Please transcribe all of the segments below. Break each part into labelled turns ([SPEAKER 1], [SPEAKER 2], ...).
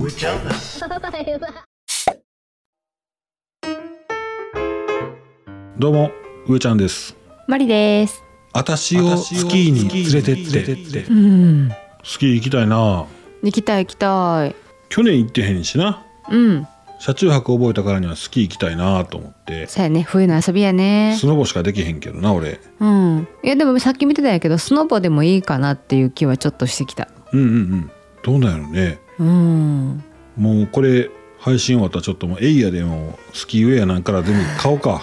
[SPEAKER 1] 植えちゃうな。
[SPEAKER 2] どうも、上ちゃんです。
[SPEAKER 3] マリです。
[SPEAKER 2] 私をスキーに連れてって。
[SPEAKER 3] うん。
[SPEAKER 2] スキー行きたいな。
[SPEAKER 3] 行きたい行きたい。
[SPEAKER 2] 去年行ってへんしな。
[SPEAKER 3] うん。車
[SPEAKER 2] 車中泊覚えたからにはスキー行きたいなと思って。
[SPEAKER 3] そうやね。冬の遊びやね
[SPEAKER 2] ス。ノボしかできへんけどな、俺。
[SPEAKER 3] うん。いやでもさっき見てたんやけど、スノボでもいいかなっていう気はちょっとしてきた。
[SPEAKER 2] うんうんうん。どうなんやろね。
[SPEAKER 3] うん。
[SPEAKER 2] もうこれ、配信終わったらちょっともうエイヤでもスキーウェアなんから全部買おうか。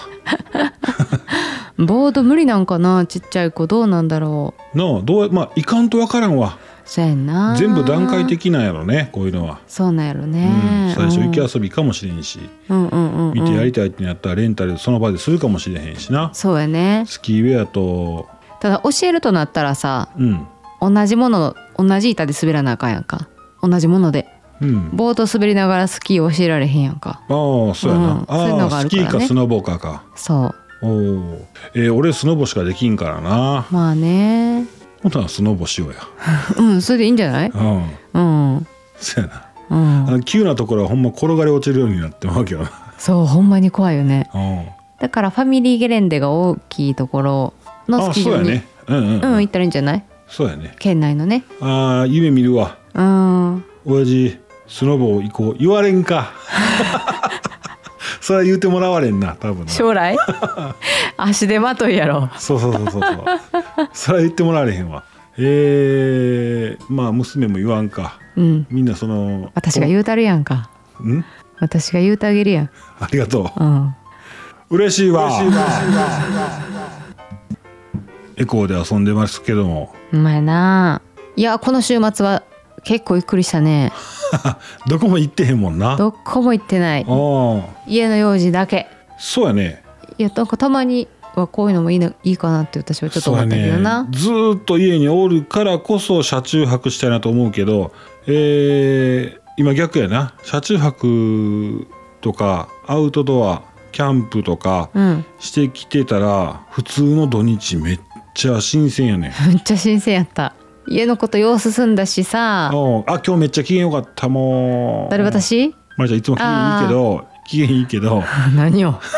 [SPEAKER 3] ボード無理なんかな。ちっちゃい子どうなんだろう。
[SPEAKER 2] なあ、どうや、まあ、いかんとわからんわ。
[SPEAKER 3] そうやんな。
[SPEAKER 2] 全部段階。的なんやろね、こういうのは。
[SPEAKER 3] そうなんやろ
[SPEAKER 2] う
[SPEAKER 3] ね
[SPEAKER 2] ん。、最初
[SPEAKER 3] うん
[SPEAKER 2] 行き遊びかもしれんし、
[SPEAKER 3] うんうんうんうん。
[SPEAKER 2] 見てやりたいってなったらレンタルその場でするかもしれへんしな、
[SPEAKER 3] そうやね。
[SPEAKER 2] スキーウェアと
[SPEAKER 3] ただ教えるとなったらさ、
[SPEAKER 2] うん
[SPEAKER 3] 同じもの同じ板で滑らなあかんやんか。同じもので。
[SPEAKER 2] うん
[SPEAKER 3] ボート滑りながらスキー教えられへんやんか。
[SPEAKER 2] ああそうやな、
[SPEAKER 3] うんそういう
[SPEAKER 2] あ
[SPEAKER 3] の
[SPEAKER 2] あ
[SPEAKER 3] があ
[SPEAKER 2] ス
[SPEAKER 3] るか
[SPEAKER 2] キ
[SPEAKER 3] ら
[SPEAKER 2] ー
[SPEAKER 3] ね
[SPEAKER 2] かスノボーかか
[SPEAKER 3] そう。
[SPEAKER 2] おーえー俺スノボしかできんからな
[SPEAKER 3] まあね。
[SPEAKER 2] ほんならスノボしようや
[SPEAKER 3] うん、それでいいんじゃない
[SPEAKER 2] うん
[SPEAKER 3] うん。うん。
[SPEAKER 2] そうやなあの急なところはほんま転がり落ちるようになってまうけどな
[SPEAKER 3] そう、ほんまに怖いよね。
[SPEAKER 2] うん
[SPEAKER 3] だからファミリーゲレンデが大きいところの
[SPEAKER 2] あ
[SPEAKER 3] スキー
[SPEAKER 2] そうや
[SPEAKER 3] 場に。
[SPEAKER 2] ねうんうん、
[SPEAKER 3] うん、行ったらいいんじゃない
[SPEAKER 2] そうやね
[SPEAKER 3] 県内のね。
[SPEAKER 2] ああ夢見るわ
[SPEAKER 3] うん。
[SPEAKER 2] 親父スノボ行こう言われん かそれは言うてもらわれんな多分な
[SPEAKER 3] 将 来足手まといやろ。
[SPEAKER 2] そうそうそうそうそうそれは言ってもらわれへんわえー、まあ娘も言わんか
[SPEAKER 3] うん。
[SPEAKER 2] みんなその
[SPEAKER 3] 私が言うたるやんか。
[SPEAKER 2] うん
[SPEAKER 3] 私が言うてあげるやん。
[SPEAKER 2] ありがとう
[SPEAKER 3] うん。
[SPEAKER 2] 嬉しいわエコーで遊んでますけども
[SPEAKER 3] うまいな。いや、この週末は結構ゆっくりし たね。
[SPEAKER 2] どこも行ってへんもんなあ
[SPEAKER 3] どこも行ってない。
[SPEAKER 2] あ
[SPEAKER 3] 家の用事だけ。
[SPEAKER 2] そうやね
[SPEAKER 3] いや、なんかたまにはこういうのもいいないいかなって私はちょっと思ったけどな。
[SPEAKER 2] そうやねずーっと家におるからこそ車中泊したいなと思うけどえー今逆やな車中泊とかアウトドアキャンプとか
[SPEAKER 3] うん。
[SPEAKER 2] してきてたら普通の土日めっちゃ新鮮やねん
[SPEAKER 3] めっちゃ新鮮やった家のことよう進んだしさ
[SPEAKER 2] うんあ今日めっちゃ機嫌よかったもん
[SPEAKER 3] 誰私
[SPEAKER 2] まりちゃんいつも機嫌いいけど機嫌いいけど
[SPEAKER 3] 何を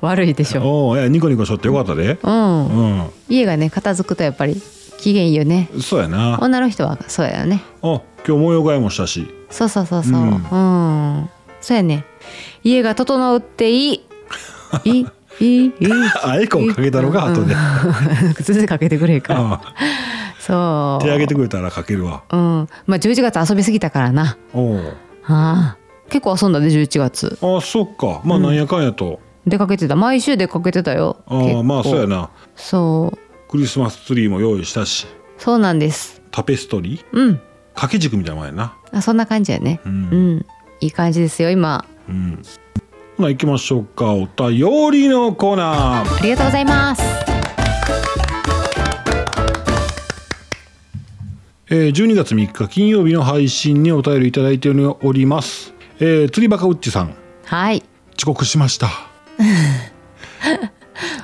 [SPEAKER 3] 悪いでしょ
[SPEAKER 2] おういやニコニコしょってよかったで
[SPEAKER 3] う
[SPEAKER 2] うんん、
[SPEAKER 3] 家がね片付くとやっぱり機嫌いいよね
[SPEAKER 2] そうやなあ
[SPEAKER 3] 女の人はそうやよね
[SPEAKER 2] 今日模様替えもした し
[SPEAKER 3] そうそうそうそう
[SPEAKER 2] う
[SPEAKER 3] うんん、そうやね家が整うって いいいいいいい
[SPEAKER 2] あエコーかけたのか後 で、
[SPEAKER 3] うんなんか全然かけてくれへんから
[SPEAKER 2] うん
[SPEAKER 3] そう
[SPEAKER 2] 手挙げてくれたらかけるわ
[SPEAKER 3] うんまあ11月遊びすぎたからな
[SPEAKER 2] おう
[SPEAKER 3] ああ結構遊んだで11月
[SPEAKER 2] あそっかまあなんやかんやと、
[SPEAKER 3] 出かけてた毎週出かけてたよ結
[SPEAKER 2] ああ
[SPEAKER 3] 構
[SPEAKER 2] まあそうやな
[SPEAKER 3] そう
[SPEAKER 2] クリスマスツリーも用意したし
[SPEAKER 3] そうなんです
[SPEAKER 2] タペストリー
[SPEAKER 3] うん
[SPEAKER 2] 掛け軸みたいなもんやな
[SPEAKER 3] あそんな感じやね
[SPEAKER 2] う
[SPEAKER 3] うんん、いい感じですよ今
[SPEAKER 2] うん。ほな行きましょうか。お便りのコーナー。
[SPEAKER 3] ありがとうございます
[SPEAKER 2] えー、12月3日金曜日の配信にお便りいただいております。えー、釣りバカウッチさん
[SPEAKER 3] はい
[SPEAKER 2] 遅刻しました。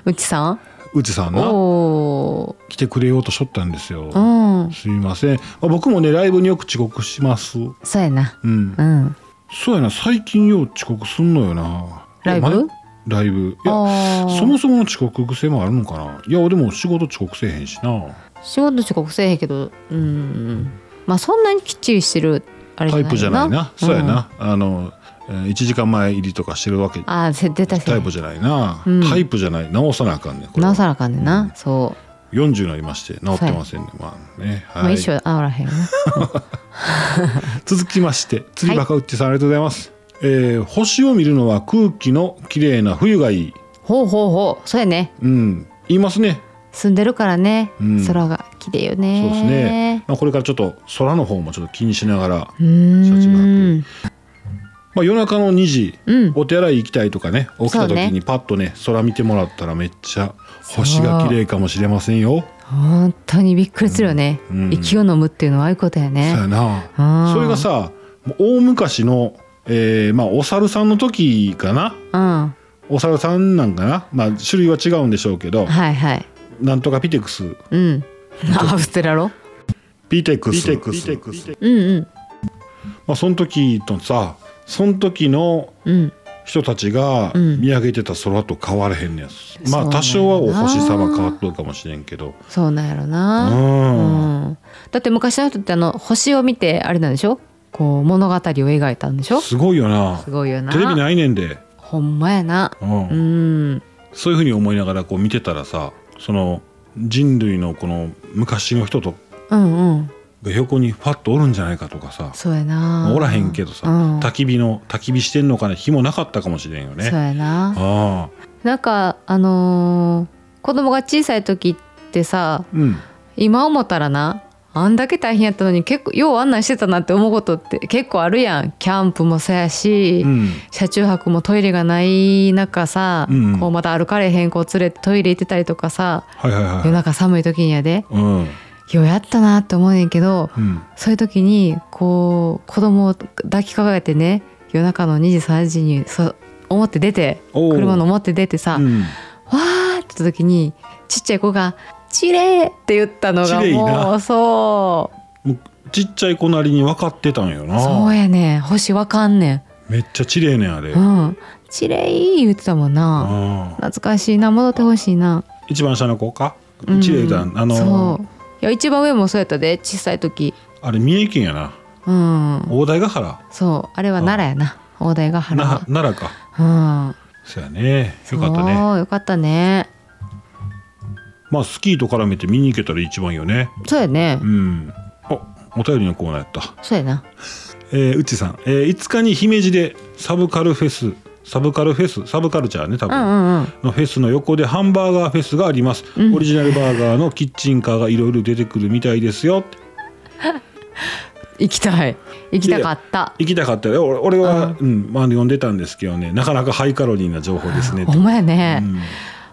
[SPEAKER 3] うちさん
[SPEAKER 2] ウッチさんな
[SPEAKER 3] お
[SPEAKER 2] 来てくれようとしょったんですよ。
[SPEAKER 3] ーうん
[SPEAKER 2] すいません、まあ、僕もねライブによく遅刻します。う
[SPEAKER 3] そうやなんう。ん
[SPEAKER 2] そうやな最近よう遅刻すんのよな。
[SPEAKER 3] ライブ
[SPEAKER 2] いやまライブいや
[SPEAKER 3] あ
[SPEAKER 2] そもそもの遅刻癖もあるのかないやでも仕事遅刻せえへんしな
[SPEAKER 3] 仕事遅刻せえへんけどうんまあそんなにきっちりしてるあれ
[SPEAKER 2] タイプじゃないな、
[SPEAKER 3] うん
[SPEAKER 2] そうやなあのえー1時間前入りとかしてるわけ
[SPEAKER 3] ああ出た
[SPEAKER 2] タイプじゃないな、
[SPEAKER 3] うん
[SPEAKER 2] タイプじゃない直さなあかんねこれは
[SPEAKER 3] 直さなあかんねんな、そう
[SPEAKER 2] 40になりまして直ってませんねまあね、
[SPEAKER 3] ま
[SPEAKER 2] は
[SPEAKER 3] あ
[SPEAKER 2] い、
[SPEAKER 3] 一生あらへんな
[SPEAKER 2] 続きまして釣りバカウッチさんありがとうございます、えー星を見るのは空気の綺麗な冬がいい
[SPEAKER 3] ほうほうほうそうやね
[SPEAKER 2] うん言いますね
[SPEAKER 3] 住んでるからね、
[SPEAKER 2] うん
[SPEAKER 3] 空が綺麗よ
[SPEAKER 2] そう
[SPEAKER 3] ね
[SPEAKER 2] ですね、まあ、これからちょっと空の方もちょっと気にしながら、
[SPEAKER 3] うーん
[SPEAKER 2] まあ、夜中の2時
[SPEAKER 3] うん
[SPEAKER 2] お手洗い行きたいとかね起きた
[SPEAKER 3] そう
[SPEAKER 2] 時
[SPEAKER 3] ね
[SPEAKER 2] にパッとね空見てもらったらめっちゃ星が綺麗かもしれませんよ。
[SPEAKER 3] 本当にびっくりするよね、
[SPEAKER 2] うん
[SPEAKER 3] 息を飲むっていうのはああいうことや
[SPEAKER 2] そう
[SPEAKER 3] ね
[SPEAKER 2] やな
[SPEAKER 3] あー
[SPEAKER 2] それがさもう大昔の、えーまあ、お猿さんの時かな
[SPEAKER 3] うん
[SPEAKER 2] お猿さんなんかな、まあ、種類は違うんでしょうけど
[SPEAKER 3] はいはい
[SPEAKER 2] なんとかピテクス
[SPEAKER 3] うんアウステラロ
[SPEAKER 2] ピテクス
[SPEAKER 4] ピテクス
[SPEAKER 3] うんうん
[SPEAKER 2] まあ、その時とさその時の
[SPEAKER 3] うん
[SPEAKER 2] 人たちが
[SPEAKER 3] うん
[SPEAKER 2] 見上げてた空と変われへんねや、ま
[SPEAKER 3] そうなんや
[SPEAKER 2] あ
[SPEAKER 3] な
[SPEAKER 2] 多少はお星様変わっとるかもしれんけど
[SPEAKER 3] そうなんやろ
[SPEAKER 2] う
[SPEAKER 3] な、
[SPEAKER 2] ん、
[SPEAKER 3] うん、だって昔の人ってあの星を見てあれなんでしょこう物語を描いたんでしょす
[SPEAKER 2] すごいよな
[SPEAKER 3] ごいよな
[SPEAKER 2] テレビないねんで、
[SPEAKER 3] ほんまやな
[SPEAKER 2] うん
[SPEAKER 3] うん
[SPEAKER 2] そういうふうに思いながらこう見てたらさその人類のこの昔の人と
[SPEAKER 3] うんうん
[SPEAKER 2] が横にファッとおるんじゃないかとかさ
[SPEAKER 3] そうやな
[SPEAKER 2] おらへんけどさ、
[SPEAKER 3] うん
[SPEAKER 2] 焚き火の焚き火してんのかね火もなかったかもしれんよ
[SPEAKER 3] そう
[SPEAKER 2] ね。
[SPEAKER 3] やな
[SPEAKER 2] ああ
[SPEAKER 3] なんかあのー子供が小さい時ってさ
[SPEAKER 2] うん
[SPEAKER 3] 今思ったらなあんだけ大変やったのに結構よう案内してたなって思うことって結構あるやんキャンプもそうやし、
[SPEAKER 2] うん
[SPEAKER 3] 車中泊もトイレがない中さ、
[SPEAKER 2] うんうん
[SPEAKER 3] こうまだ歩かれへん子連れてトイレ行ってたりとかさ
[SPEAKER 2] はいはい
[SPEAKER 3] 夜
[SPEAKER 2] は
[SPEAKER 3] 中寒い時にやで
[SPEAKER 2] い。うん
[SPEAKER 3] ようやったなって思うねんけど
[SPEAKER 2] うん
[SPEAKER 3] そういう時にこう子供を抱きかかえてね夜中の2時3時にそう思って出て
[SPEAKER 2] おう
[SPEAKER 3] 車の思って出てさ、
[SPEAKER 2] うん
[SPEAKER 3] わーって言った時にちっちゃい子が「ちれー」って言ったのが
[SPEAKER 2] ちれいな
[SPEAKER 3] もうそう
[SPEAKER 2] もうちっちゃい子なりに分かってたんよ
[SPEAKER 3] そ
[SPEAKER 2] な
[SPEAKER 3] うやねん星わかんね
[SPEAKER 2] めっちゃ綺麗ねんあれ、
[SPEAKER 3] んうん「ちれい」言ってたもんな
[SPEAKER 2] ああ
[SPEAKER 3] 懐かしいな戻ってほしいな
[SPEAKER 2] 一番下の子か
[SPEAKER 3] うん
[SPEAKER 2] 綺麗だあ
[SPEAKER 3] そ
[SPEAKER 2] の
[SPEAKER 3] ういや一番上もそうやったで小さい時
[SPEAKER 2] あれ三重県やな
[SPEAKER 3] うん
[SPEAKER 2] 大台ヶ原
[SPEAKER 3] そうあれは奈良やな大台ヶ原
[SPEAKER 2] な
[SPEAKER 3] は
[SPEAKER 2] 奈良か
[SPEAKER 3] うん
[SPEAKER 2] そうやねよかったね
[SPEAKER 3] そうよかったね
[SPEAKER 2] まあスキーと絡めて見に行けたら一番いいよね
[SPEAKER 3] そうやね
[SPEAKER 2] うんおお便りのコーナーやった
[SPEAKER 3] そうやな
[SPEAKER 2] えー、うっちさん、えー5日に姫路でサブカルフェスサブカルフェスサブカルチャーね多
[SPEAKER 3] う
[SPEAKER 2] 分、
[SPEAKER 3] んうんうん
[SPEAKER 2] のフェスの横でハンバーガーフェスがあります、
[SPEAKER 3] うん
[SPEAKER 2] オリジナルバーガーのキッチンカーがいろいろ出てくるみたいですよって
[SPEAKER 3] 行きたい行きたかった
[SPEAKER 2] 行きたかったよ俺俺は、うんまあ、読んでたんですけどねなかなかハイカロリーな情報ですねって
[SPEAKER 3] ほんまや
[SPEAKER 2] う
[SPEAKER 3] ね、
[SPEAKER 2] ん、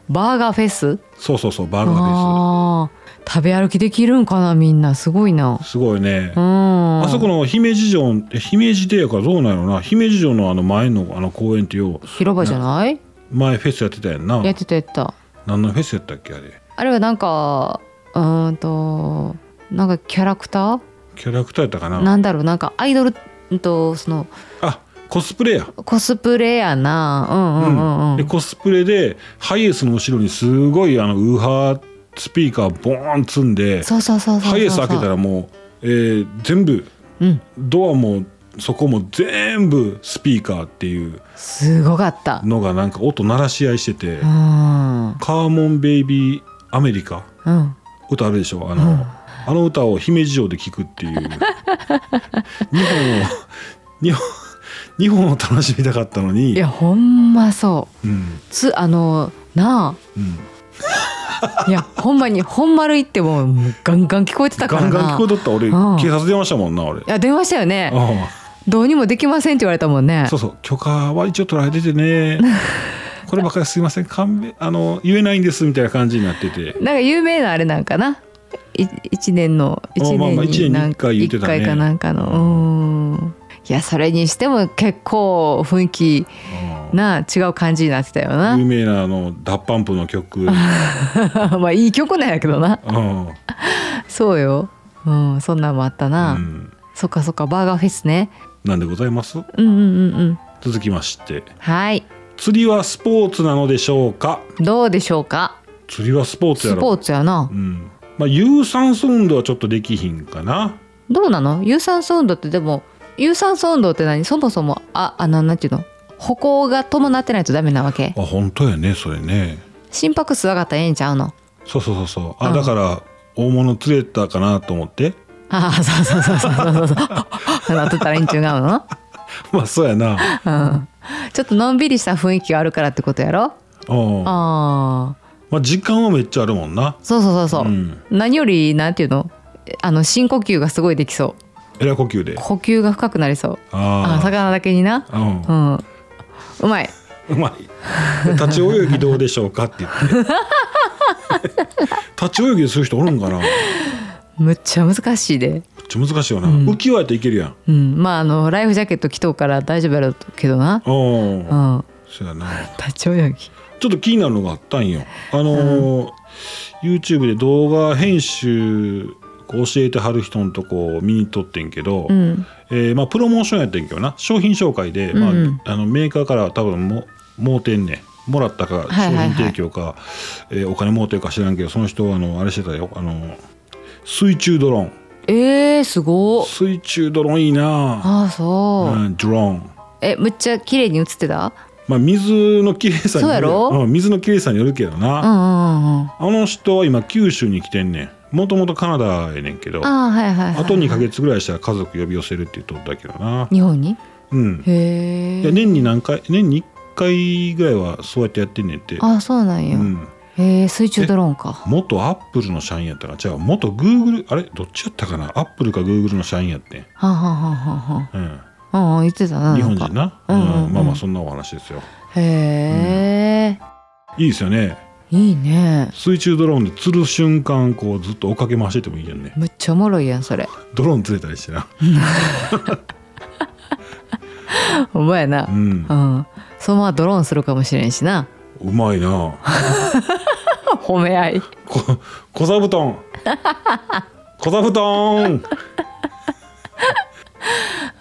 [SPEAKER 3] バーガーフェス
[SPEAKER 2] そうそうそうバーガーフ
[SPEAKER 3] あー食べ歩きできるんかなみんなすごいな
[SPEAKER 2] ェスすごいね、
[SPEAKER 3] うん
[SPEAKER 2] あそこの姫路城え姫路でやからどうなんやろな姫路城のあの前のあの公園ってよう
[SPEAKER 3] 広場じゃない
[SPEAKER 2] 前フェスやってたやんな
[SPEAKER 3] やってたやってた
[SPEAKER 2] 何のフェスやったっけあれ
[SPEAKER 3] あれはなんかうーんとなんかキャラクタ
[SPEAKER 2] キャラクターやったか
[SPEAKER 3] ー
[SPEAKER 2] な
[SPEAKER 3] なんだろうなんかアイドルうんとその
[SPEAKER 2] あコスプレや
[SPEAKER 3] コスプレやなうんうんうんうん
[SPEAKER 2] でコスプレでハイエースの後ろにすごいあのウーハースピーカーボーン積んで
[SPEAKER 3] そうそうそうそうそう
[SPEAKER 2] ハイエース開けたらもう、えー全部
[SPEAKER 3] うん
[SPEAKER 2] ドアもそこも全部スピーカーっていう
[SPEAKER 3] すごかった
[SPEAKER 2] のがなんか音鳴らし合いしてて、
[SPEAKER 3] うんうん
[SPEAKER 2] カーモンベイビーアメリカ
[SPEAKER 3] うん
[SPEAKER 2] 歌あるでしょあの、
[SPEAKER 3] うん
[SPEAKER 2] あの歌を姫路城で聴くってい う日本を日本日本を楽しみたかったの
[SPEAKER 3] い
[SPEAKER 2] に
[SPEAKER 3] やほんまそう
[SPEAKER 2] うん
[SPEAKER 3] つあのな
[SPEAKER 2] うん
[SPEAKER 3] あいやほんまに本丸行ってももうガンガン聞こえてたか
[SPEAKER 2] ガ
[SPEAKER 3] らな
[SPEAKER 2] ンガン聞こえとった俺、
[SPEAKER 3] うん
[SPEAKER 2] 警察電話したもんな俺
[SPEAKER 3] いや電話したよね
[SPEAKER 2] う
[SPEAKER 3] どうにもできませんって言われたもんね
[SPEAKER 2] んそうそう許可は一応取られててね こればっかりすいません勘弁あの言えないんですみたいな感じになってて
[SPEAKER 3] なんか有名なあれなんかない一年の一
[SPEAKER 2] まあまあ
[SPEAKER 3] 年
[SPEAKER 2] 一年に
[SPEAKER 3] に何
[SPEAKER 2] 一回言ってたね
[SPEAKER 3] 一回かなんかの
[SPEAKER 2] う
[SPEAKER 3] うんいやそれにしても結構雰囲気な違う感じになってたよ
[SPEAKER 2] うん有名
[SPEAKER 3] な
[SPEAKER 2] なあのダッパンプの曲、うん、
[SPEAKER 3] まあいい曲なんやけどなそうようんそんなんもあったな、
[SPEAKER 2] うん
[SPEAKER 3] そっかそっかバーガーフェスね
[SPEAKER 2] なんでございます
[SPEAKER 3] うんうんうんうん
[SPEAKER 2] 続きまして
[SPEAKER 3] はい
[SPEAKER 2] 釣りはスポーツなのでしょうか
[SPEAKER 3] どうでしょうか
[SPEAKER 2] 釣りはスポーツや
[SPEAKER 3] ス
[SPEAKER 2] ろ
[SPEAKER 3] ポーツやな
[SPEAKER 2] うんまあ、有酸素運動はちょっとできひんかな
[SPEAKER 3] どうなの有酸素運動ってでも有酸素運動って何そもそもああのなんていうの歩行が伴ってないとダメなわけ
[SPEAKER 2] あ本当やねそれね
[SPEAKER 3] 心拍数上がったらええんちゃうの
[SPEAKER 2] そうそうそうそうあ、
[SPEAKER 3] うん
[SPEAKER 2] だから大物釣れたかなと思って
[SPEAKER 3] ああそうそうそうそうそうそうそう なってたらええんちゅうがうの、
[SPEAKER 2] まあそうやな。
[SPEAKER 3] うん、ちょっとのんびりした雰囲気があるからってことやろ
[SPEAKER 2] うん。ま
[SPEAKER 3] ああ
[SPEAKER 2] あ時間はめっちゃあるもんな。
[SPEAKER 3] そうそうそうそう、
[SPEAKER 2] ん。
[SPEAKER 3] 何よりなんていうのあの深呼吸がすごいできそう
[SPEAKER 2] えら呼吸で。
[SPEAKER 3] 呼吸が深くなりそうあ
[SPEAKER 2] あ
[SPEAKER 3] 魚だけにな
[SPEAKER 2] あ。うん
[SPEAKER 3] う。んうまいう
[SPEAKER 2] まい。立ち泳ぎどうでしょうかって言って。立ち泳ぎする人おるんかな。めっ
[SPEAKER 3] むっちゃ難しいで
[SPEAKER 2] ちゃ難しいよな。
[SPEAKER 3] うん
[SPEAKER 2] 浮き輪やったらいけるやん。
[SPEAKER 3] うんまああのライフジャケット着とうから大丈夫やろうけどな
[SPEAKER 2] うん
[SPEAKER 3] う。ん
[SPEAKER 2] そうやな。
[SPEAKER 3] 立ち泳ぎ
[SPEAKER 2] ちょっと気になるのがあったんよ。あのー YouTube で動画編集こう教えてはる人のとこを見にとってんけど、
[SPEAKER 3] うん
[SPEAKER 2] えーまあ、プロモーションやってんけどな商品紹介で、まあ
[SPEAKER 3] うんうん
[SPEAKER 2] あのメーカーから多分ももうてんねんもらったか商
[SPEAKER 3] はいはい
[SPEAKER 2] 品提供か、えーお金もうてるか知らんけどその人あのあれしてたよあの水中ドローン
[SPEAKER 3] えー、すごっ
[SPEAKER 2] 水中ドローンいいな
[SPEAKER 3] ああそ
[SPEAKER 2] う
[SPEAKER 3] う、
[SPEAKER 2] ん、ドローン
[SPEAKER 3] えむっちゃ綺麗に映ってた
[SPEAKER 2] まあ水の綺麗さによる
[SPEAKER 3] そうやろ
[SPEAKER 2] ん、水の綺麗さによるけど
[SPEAKER 3] うんう
[SPEAKER 2] な、
[SPEAKER 3] んうんうんあ
[SPEAKER 2] あの人は今九州に来てんねんもともとカナダやねんけどあ
[SPEAKER 3] あはいはい、はい、
[SPEAKER 2] と2ヶ月ぐらいしたら家族呼び寄せるって言っとったけどな
[SPEAKER 3] 日本に
[SPEAKER 2] うん
[SPEAKER 3] へ
[SPEAKER 2] いや
[SPEAKER 3] え
[SPEAKER 2] 年に何回年に1回ぐらいはそうやってやってんねんって
[SPEAKER 3] ああそうなんや、
[SPEAKER 2] うん、
[SPEAKER 3] へえ水中ドローンか
[SPEAKER 2] 元アップルの社員やったかじゃあ元グーグルあれどっちやったかなアップルかグーグルの社員やってん、
[SPEAKER 3] はんはんはんはんはん
[SPEAKER 2] うん、
[SPEAKER 3] うんうん言ってたな
[SPEAKER 2] 日本
[SPEAKER 3] なん
[SPEAKER 2] 人
[SPEAKER 3] か
[SPEAKER 2] な
[SPEAKER 3] うんうんうん
[SPEAKER 2] まあまあそんなお話ですよ
[SPEAKER 3] へえ、
[SPEAKER 2] いいですよね
[SPEAKER 3] いいね
[SPEAKER 2] 水中ドローンで釣る瞬間こうずっと追っかけ回しててもいいよね
[SPEAKER 3] むっちゃおもろいやんそれ
[SPEAKER 2] ドローン釣れたりしてな
[SPEAKER 3] ほんまやな
[SPEAKER 2] う、ん
[SPEAKER 3] うん、そのままドローンするかもしれんし な
[SPEAKER 2] うまいな
[SPEAKER 3] 褒め合い
[SPEAKER 2] こ小座布団小座布 団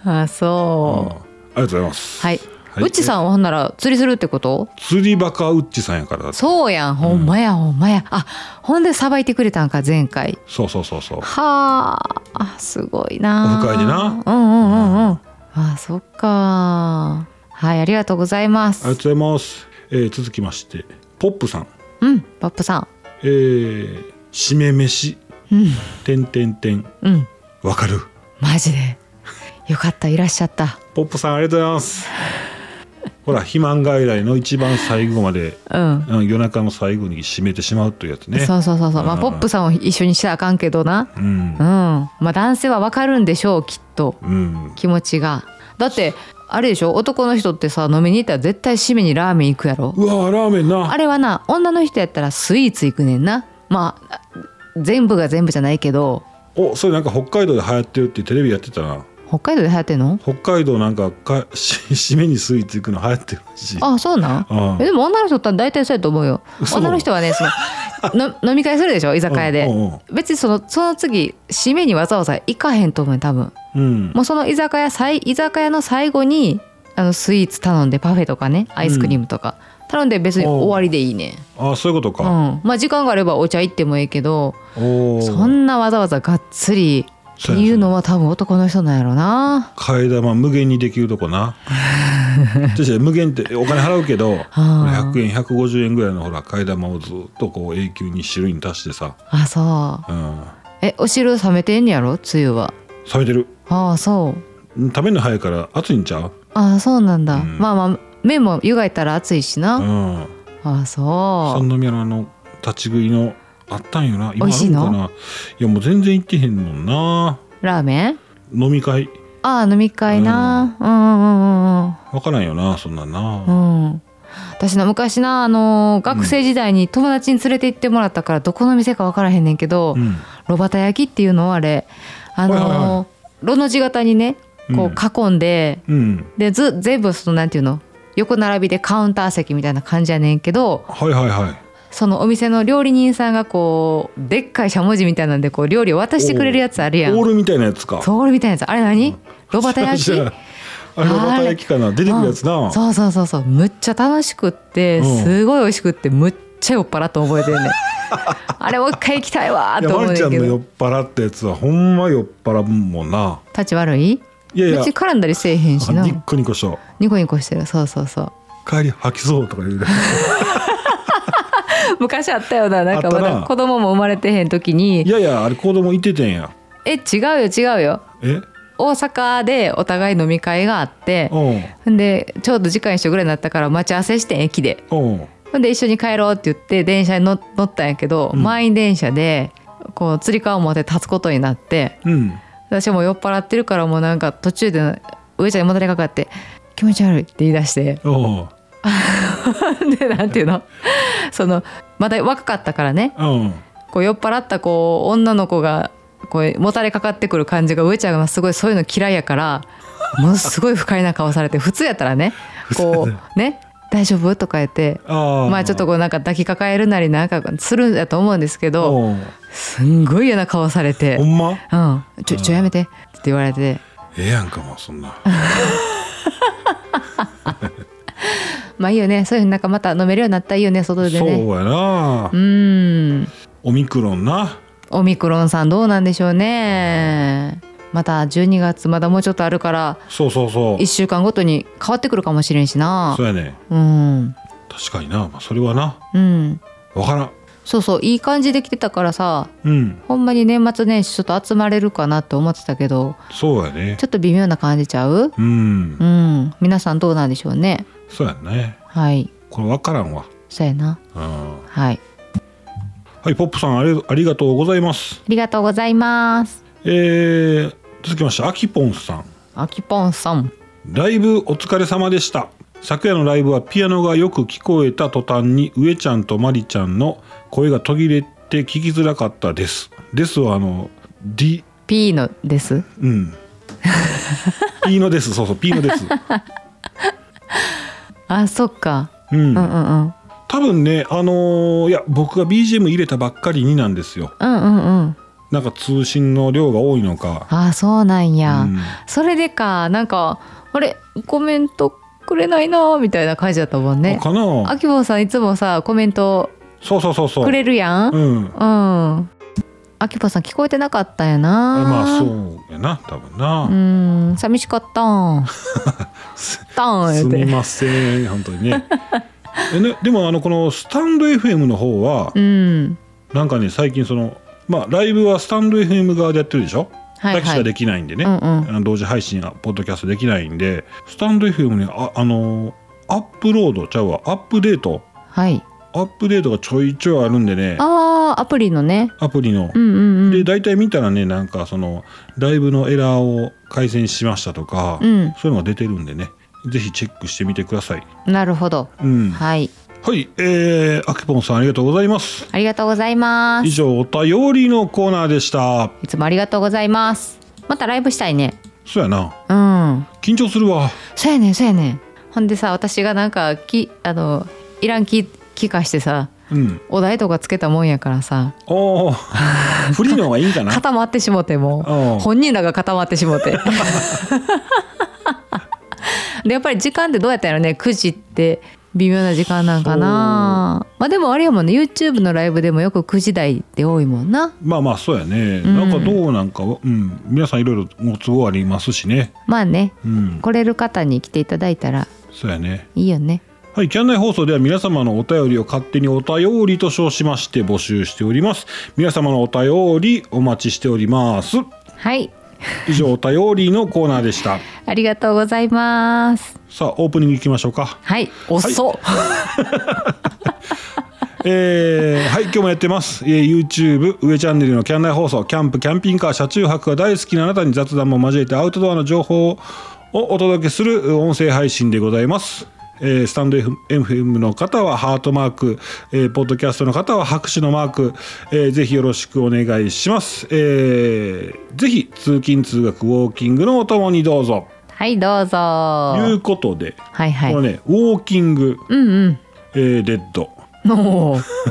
[SPEAKER 3] あ
[SPEAKER 2] うん
[SPEAKER 3] そ
[SPEAKER 2] ありがとうございます
[SPEAKER 3] うはい、
[SPEAKER 2] はいう
[SPEAKER 3] っちさんはほんなら釣りするってこと
[SPEAKER 2] 釣りバカウッチさんやからだって
[SPEAKER 3] そうやんほんまやほんまやあほんでさばいてくれたんか前回
[SPEAKER 2] そうそうそうそう
[SPEAKER 3] はああすごいな
[SPEAKER 2] オフ会でな
[SPEAKER 3] うんうんうんうんあそっかはいありがとうございま
[SPEAKER 2] あり
[SPEAKER 3] す
[SPEAKER 2] がとうございます。えー続きまして、ポップさん。
[SPEAKER 3] うんパップさん
[SPEAKER 2] えー、締め飯、
[SPEAKER 3] うん
[SPEAKER 2] てんてんてん、
[SPEAKER 3] うん
[SPEAKER 2] わかる。
[SPEAKER 3] マジでよかったいらっしゃった
[SPEAKER 2] ポップさん、ありがとうございます。 ほら、肥満外来の一番最後まで、
[SPEAKER 3] うん
[SPEAKER 2] うん夜中の最後に締めてしまうというやつね。
[SPEAKER 3] そうそうそうそうま
[SPEAKER 2] う
[SPEAKER 3] あ
[SPEAKER 2] ん
[SPEAKER 3] ポップさんを一緒にしたらあかんけどな
[SPEAKER 2] う
[SPEAKER 3] うん
[SPEAKER 2] ん。
[SPEAKER 3] まあ男性はわかるんでしょうきっと
[SPEAKER 2] うん。
[SPEAKER 3] 気持ちがだってあれでしょ男の人ってさ飲みに行ったら絶対締めにラーメン行くやろ
[SPEAKER 2] うわ、ラーメンな。
[SPEAKER 3] あれはな女の人やったらスイーツ行くねんなまあ全部が全部じゃないけど
[SPEAKER 2] お、それなんか北海道で流行ってるってテレビやってたな。
[SPEAKER 3] 北海道で流行ってんの
[SPEAKER 2] 北海道なんかか、 し締めにスイーツ行くの流行ってるらしい。
[SPEAKER 3] あそうなん
[SPEAKER 2] うん
[SPEAKER 3] えでも女の人って大体そうやと思うよ
[SPEAKER 2] 嘘
[SPEAKER 3] 女の人はねそのの飲み会するでしょ居酒屋で
[SPEAKER 2] うんうん
[SPEAKER 3] 別にそのその次締めにわざわざ行かへんと思うよ多分
[SPEAKER 2] うん。
[SPEAKER 3] もうその居酒屋最居酒屋の最後にあのスイーツ頼んでパフェとかねアイスクリームとか、頼んで別に終わりでいいね
[SPEAKER 2] あ、そういうこと
[SPEAKER 3] うん
[SPEAKER 2] か。
[SPEAKER 3] まあ時間があればお茶行ってもいいけど
[SPEAKER 2] おお。
[SPEAKER 3] そんなわざわざがっつりっていうのは多分男の人なんやろな
[SPEAKER 2] 替え玉無限にできるとこ なそして無限ってお金払うけど
[SPEAKER 3] あ
[SPEAKER 2] 100円150円ぐらいのほら替え玉をずっとこう永久に種類に足してさ、
[SPEAKER 3] あそう
[SPEAKER 2] うん、
[SPEAKER 3] えお汁冷めてんねやろ梅雨は
[SPEAKER 2] 冷めてる
[SPEAKER 3] ああそう
[SPEAKER 2] うん食べるの早いから暑いんちゃう、
[SPEAKER 3] ああそうなんだ、
[SPEAKER 2] うん
[SPEAKER 3] まあまあ麺も湯がいたら熱いしな、
[SPEAKER 2] うん、
[SPEAKER 3] ああそ
[SPEAKER 2] 三
[SPEAKER 3] う
[SPEAKER 2] 宮のあの立ち食いのあったんよな今あ
[SPEAKER 3] 美味し
[SPEAKER 2] る
[SPEAKER 3] い
[SPEAKER 2] ん
[SPEAKER 3] の
[SPEAKER 2] かないやもう全然行ってへんもんな
[SPEAKER 3] ラーメン
[SPEAKER 2] 飲み会
[SPEAKER 3] ああ飲み会な、うんうんうんうん
[SPEAKER 2] わからんよなそんなん
[SPEAKER 3] う
[SPEAKER 2] な、
[SPEAKER 3] ん、私な昔なあのー学生時代に友達に連れて行ってもらったからどこの店か分からへんねんけど、
[SPEAKER 2] うん
[SPEAKER 3] 炉端焼きっていうのはあれあのー
[SPEAKER 2] はいはいは
[SPEAKER 3] 炉の字型にねこう囲んで、
[SPEAKER 2] うん、
[SPEAKER 3] でず全部そのなんていうの横並びでカウンター席みたいな感じやねんけど
[SPEAKER 2] はいはいはい
[SPEAKER 3] そのお店の料理人さんがこうでっかいしゃもじみたいなんでこう料理を渡してくれるやつあるやん
[SPEAKER 2] オールみたいなやつか
[SPEAKER 3] そうみたいなやつあれ何炉端 焼
[SPEAKER 2] 知
[SPEAKER 3] き
[SPEAKER 2] らんあれロバタ焼きかな出てくるやつな、
[SPEAKER 3] うんそうそうそうそうむっちゃ楽しくって
[SPEAKER 2] うん
[SPEAKER 3] すごい美味しくってむっちゃ酔っ払って覚えてる ねんあれもう一回行きたいわーと思う
[SPEAKER 2] ま
[SPEAKER 3] ね
[SPEAKER 2] るちゃ
[SPEAKER 3] ん
[SPEAKER 2] ん
[SPEAKER 3] け
[SPEAKER 2] の酔
[SPEAKER 3] ど
[SPEAKER 2] っ払ったやつはほんま酔っ払うもんな。
[SPEAKER 3] 立ち悪い
[SPEAKER 2] いやいや
[SPEAKER 3] 別に、絡んだりせえへんし
[SPEAKER 2] あ
[SPEAKER 3] な
[SPEAKER 2] ニッコニコしょ。
[SPEAKER 3] ニコニコしてるそうそうそう
[SPEAKER 2] 帰り吐きそうとか言う。
[SPEAKER 3] 昔あったよななんかま
[SPEAKER 2] あった
[SPEAKER 3] だ
[SPEAKER 2] な
[SPEAKER 3] 子供も生まれてへん 時
[SPEAKER 2] い
[SPEAKER 3] に
[SPEAKER 2] やいや、あれ子供いててんや。
[SPEAKER 3] え違うよ違うよ
[SPEAKER 2] え、
[SPEAKER 3] 大阪でお互い飲み会があって
[SPEAKER 2] うん
[SPEAKER 3] んでちょうど時間一緒ぐらいになったから待ち合わせしてん駅で
[SPEAKER 2] うん
[SPEAKER 3] ほんで一緒に帰ろうって言って電車に乗乗ったんやけど、
[SPEAKER 2] うん
[SPEAKER 3] 満員電車でこうつり革を持って立つことになって
[SPEAKER 2] うん。
[SPEAKER 3] 私はもう酔っ払ってるからもうなんか途中で上ちゃんにもたれかかって「気持ち悪い」って言い出し て
[SPEAKER 2] うん
[SPEAKER 3] でなんていうのそのまだ若かったからね
[SPEAKER 2] うん。
[SPEAKER 3] こう酔っ払ったこう女の子がこうもたれかかってくる感じが上ちゃんがすごいそういうの嫌いやからものすごい不快な顔されて普通やったらねこうね「大丈夫?」とか言って
[SPEAKER 2] ああ。
[SPEAKER 3] まあちょっとこうなんか抱きかかえるなりなんかするんだと思うんですけど
[SPEAKER 2] うん。
[SPEAKER 3] すんごい嫌な顔されて
[SPEAKER 2] ほんま
[SPEAKER 3] うん、ちょ、ちょやめてって言われて、
[SPEAKER 2] ええやんかもうそんな
[SPEAKER 3] まあいいよね、そういうふうになんかまた飲めるようになったらいいよね、外で
[SPEAKER 2] そう
[SPEAKER 3] ね。
[SPEAKER 2] やな
[SPEAKER 3] うーん、
[SPEAKER 2] オミクロンな
[SPEAKER 3] オミクロンさんどうなんでしょうね。また12月まだもうちょっとあるから、
[SPEAKER 2] そうそうそう
[SPEAKER 3] 1週間ごとに変わってくるかもしれんしな
[SPEAKER 2] そ。うやね
[SPEAKER 3] うん、
[SPEAKER 2] 確かにな、まあ、それはな
[SPEAKER 3] うん、
[SPEAKER 2] わからん
[SPEAKER 3] そうそう、いい感じで来てたからさ。
[SPEAKER 2] うん
[SPEAKER 3] ほんまに年末年始ちょっと集まれるかなって思ってたけど
[SPEAKER 2] そうやね
[SPEAKER 3] ちょっと微妙な感じちゃう
[SPEAKER 2] うん
[SPEAKER 3] うん皆さんどうなんでしょうね
[SPEAKER 2] そうやね
[SPEAKER 3] はい
[SPEAKER 2] これわからんわ
[SPEAKER 3] そうやな
[SPEAKER 2] うんは
[SPEAKER 3] はい
[SPEAKER 2] いポップさんありありがとうございます
[SPEAKER 3] ありがとうございます
[SPEAKER 2] えー、続きましてあきぽんさん
[SPEAKER 3] あきぽんさん
[SPEAKER 2] ライブお疲れ様でした昨夜のライブはピアノがよく聞こえた途端に上ちゃんとまりちゃんの声が途切れて聞きづらかったですですはあの D
[SPEAKER 3] P のです
[SPEAKER 2] うん ピーノですそうそうピーノです
[SPEAKER 3] あそっか
[SPEAKER 2] うん
[SPEAKER 3] うんうんうん
[SPEAKER 2] 多分ねあのーいや僕が BGM 入れたばっかりになんですよ
[SPEAKER 3] うんうんうん
[SPEAKER 2] なんか通信の量が多いのか
[SPEAKER 3] あそうなんや、
[SPEAKER 2] うん
[SPEAKER 3] それでかなんかあれコメントくれないなみたいな感じだったもんね
[SPEAKER 2] かな
[SPEAKER 3] あきぽんさんいつもさコメント
[SPEAKER 2] そうそうそうそう
[SPEAKER 3] くれるやん
[SPEAKER 2] うん
[SPEAKER 3] うん。あきぽさん聞こえてなかったよな。
[SPEAKER 2] まあそうやな多分な、
[SPEAKER 3] うん、寂しかった ん。た
[SPEAKER 2] す
[SPEAKER 3] ん言う
[SPEAKER 2] み
[SPEAKER 3] て。
[SPEAKER 2] ません本当にね えねでもあのこのスタンド FM の方は
[SPEAKER 3] うん。
[SPEAKER 2] なんかね最近そのまあライブはスタンド FM 側でやってるでしょ、
[SPEAKER 3] はいはい
[SPEAKER 2] だけしかできないんでね、
[SPEAKER 3] うんうん
[SPEAKER 2] あの同時配信はポッドキャストできないんでスタンド FM にああのアップロードちゃうわアップデート
[SPEAKER 3] はい。
[SPEAKER 2] アップデートがちょいちょいあるんでね
[SPEAKER 3] ああ、アプリのね。
[SPEAKER 2] アプリの
[SPEAKER 3] う、んうんう
[SPEAKER 2] で
[SPEAKER 3] ん。
[SPEAKER 2] 大体見たらねなんかそのライブのエラーを改善しましたとか、
[SPEAKER 3] うん
[SPEAKER 2] そういうのが出てるんでねぜひチェックしてみてください。
[SPEAKER 3] なるほど。
[SPEAKER 2] うん
[SPEAKER 3] はい。
[SPEAKER 2] はい、えー、あけぽんさんありがとうございます。
[SPEAKER 3] ありがとうございま
[SPEAKER 2] 以
[SPEAKER 3] す。
[SPEAKER 2] 上、お便りのコーナーでした。
[SPEAKER 3] いつもありがとうございます。またライブしたいね。
[SPEAKER 2] そうやな、
[SPEAKER 3] うん。
[SPEAKER 2] 緊張するわ。
[SPEAKER 3] そうやねんそうやねんほんでさ、私がなんか、き、あの、いらんき、聞かしてさ。
[SPEAKER 2] うん。
[SPEAKER 3] お題とかつけたもんやからさ
[SPEAKER 2] おお、 フリーの方がいいんかな。
[SPEAKER 3] 固まってしもてもう
[SPEAKER 2] うん
[SPEAKER 3] 本人らが固まってし もてでやっぱり時間ってどうやったんやろね9時って微妙な時間なんかなまあでもあれやもんね YouTube のライブでもよく9時台って多いもんな
[SPEAKER 2] まあまあ、そうやね。
[SPEAKER 3] ん
[SPEAKER 2] なんかどうなんかは、うん、皆さんいろいろご都合ありますしね。
[SPEAKER 3] まあね
[SPEAKER 2] うん、
[SPEAKER 3] 来れる方に来ていただいたら
[SPEAKER 2] そうやね。
[SPEAKER 3] いいよね
[SPEAKER 2] はい、キャンナイ放送では皆様のお便りを勝手にお便りと称しまして募集しております。皆様のお便りお待ちしております。
[SPEAKER 3] はい
[SPEAKER 2] 以上、お便りのコーナーでした。
[SPEAKER 3] ありがとうございます
[SPEAKER 2] さあ、オープニングいきましょうか。
[SPEAKER 3] はい遅っ、
[SPEAKER 2] えーはい、今日もやってます。えー YouTube、上チャンネルのキャン内放送、キャンプ、キャンピングカー、車中泊が大好きなあなたに雑談も交えてアウトドアの情報をお届けする音声配信でございます。えースタンド F- FM の方はハートマーク、えーポッドキャストの方は拍手のマーク、えーぜひよろしくお願いします。えーぜひ、通勤、通学、ウォーキングのお供にどうぞ。
[SPEAKER 3] はいどうぞ
[SPEAKER 2] と
[SPEAKER 3] は
[SPEAKER 2] いうことで、
[SPEAKER 3] いはい
[SPEAKER 2] このね、ウォーキング、
[SPEAKER 3] うんうん
[SPEAKER 2] えーレッド。
[SPEAKER 3] もう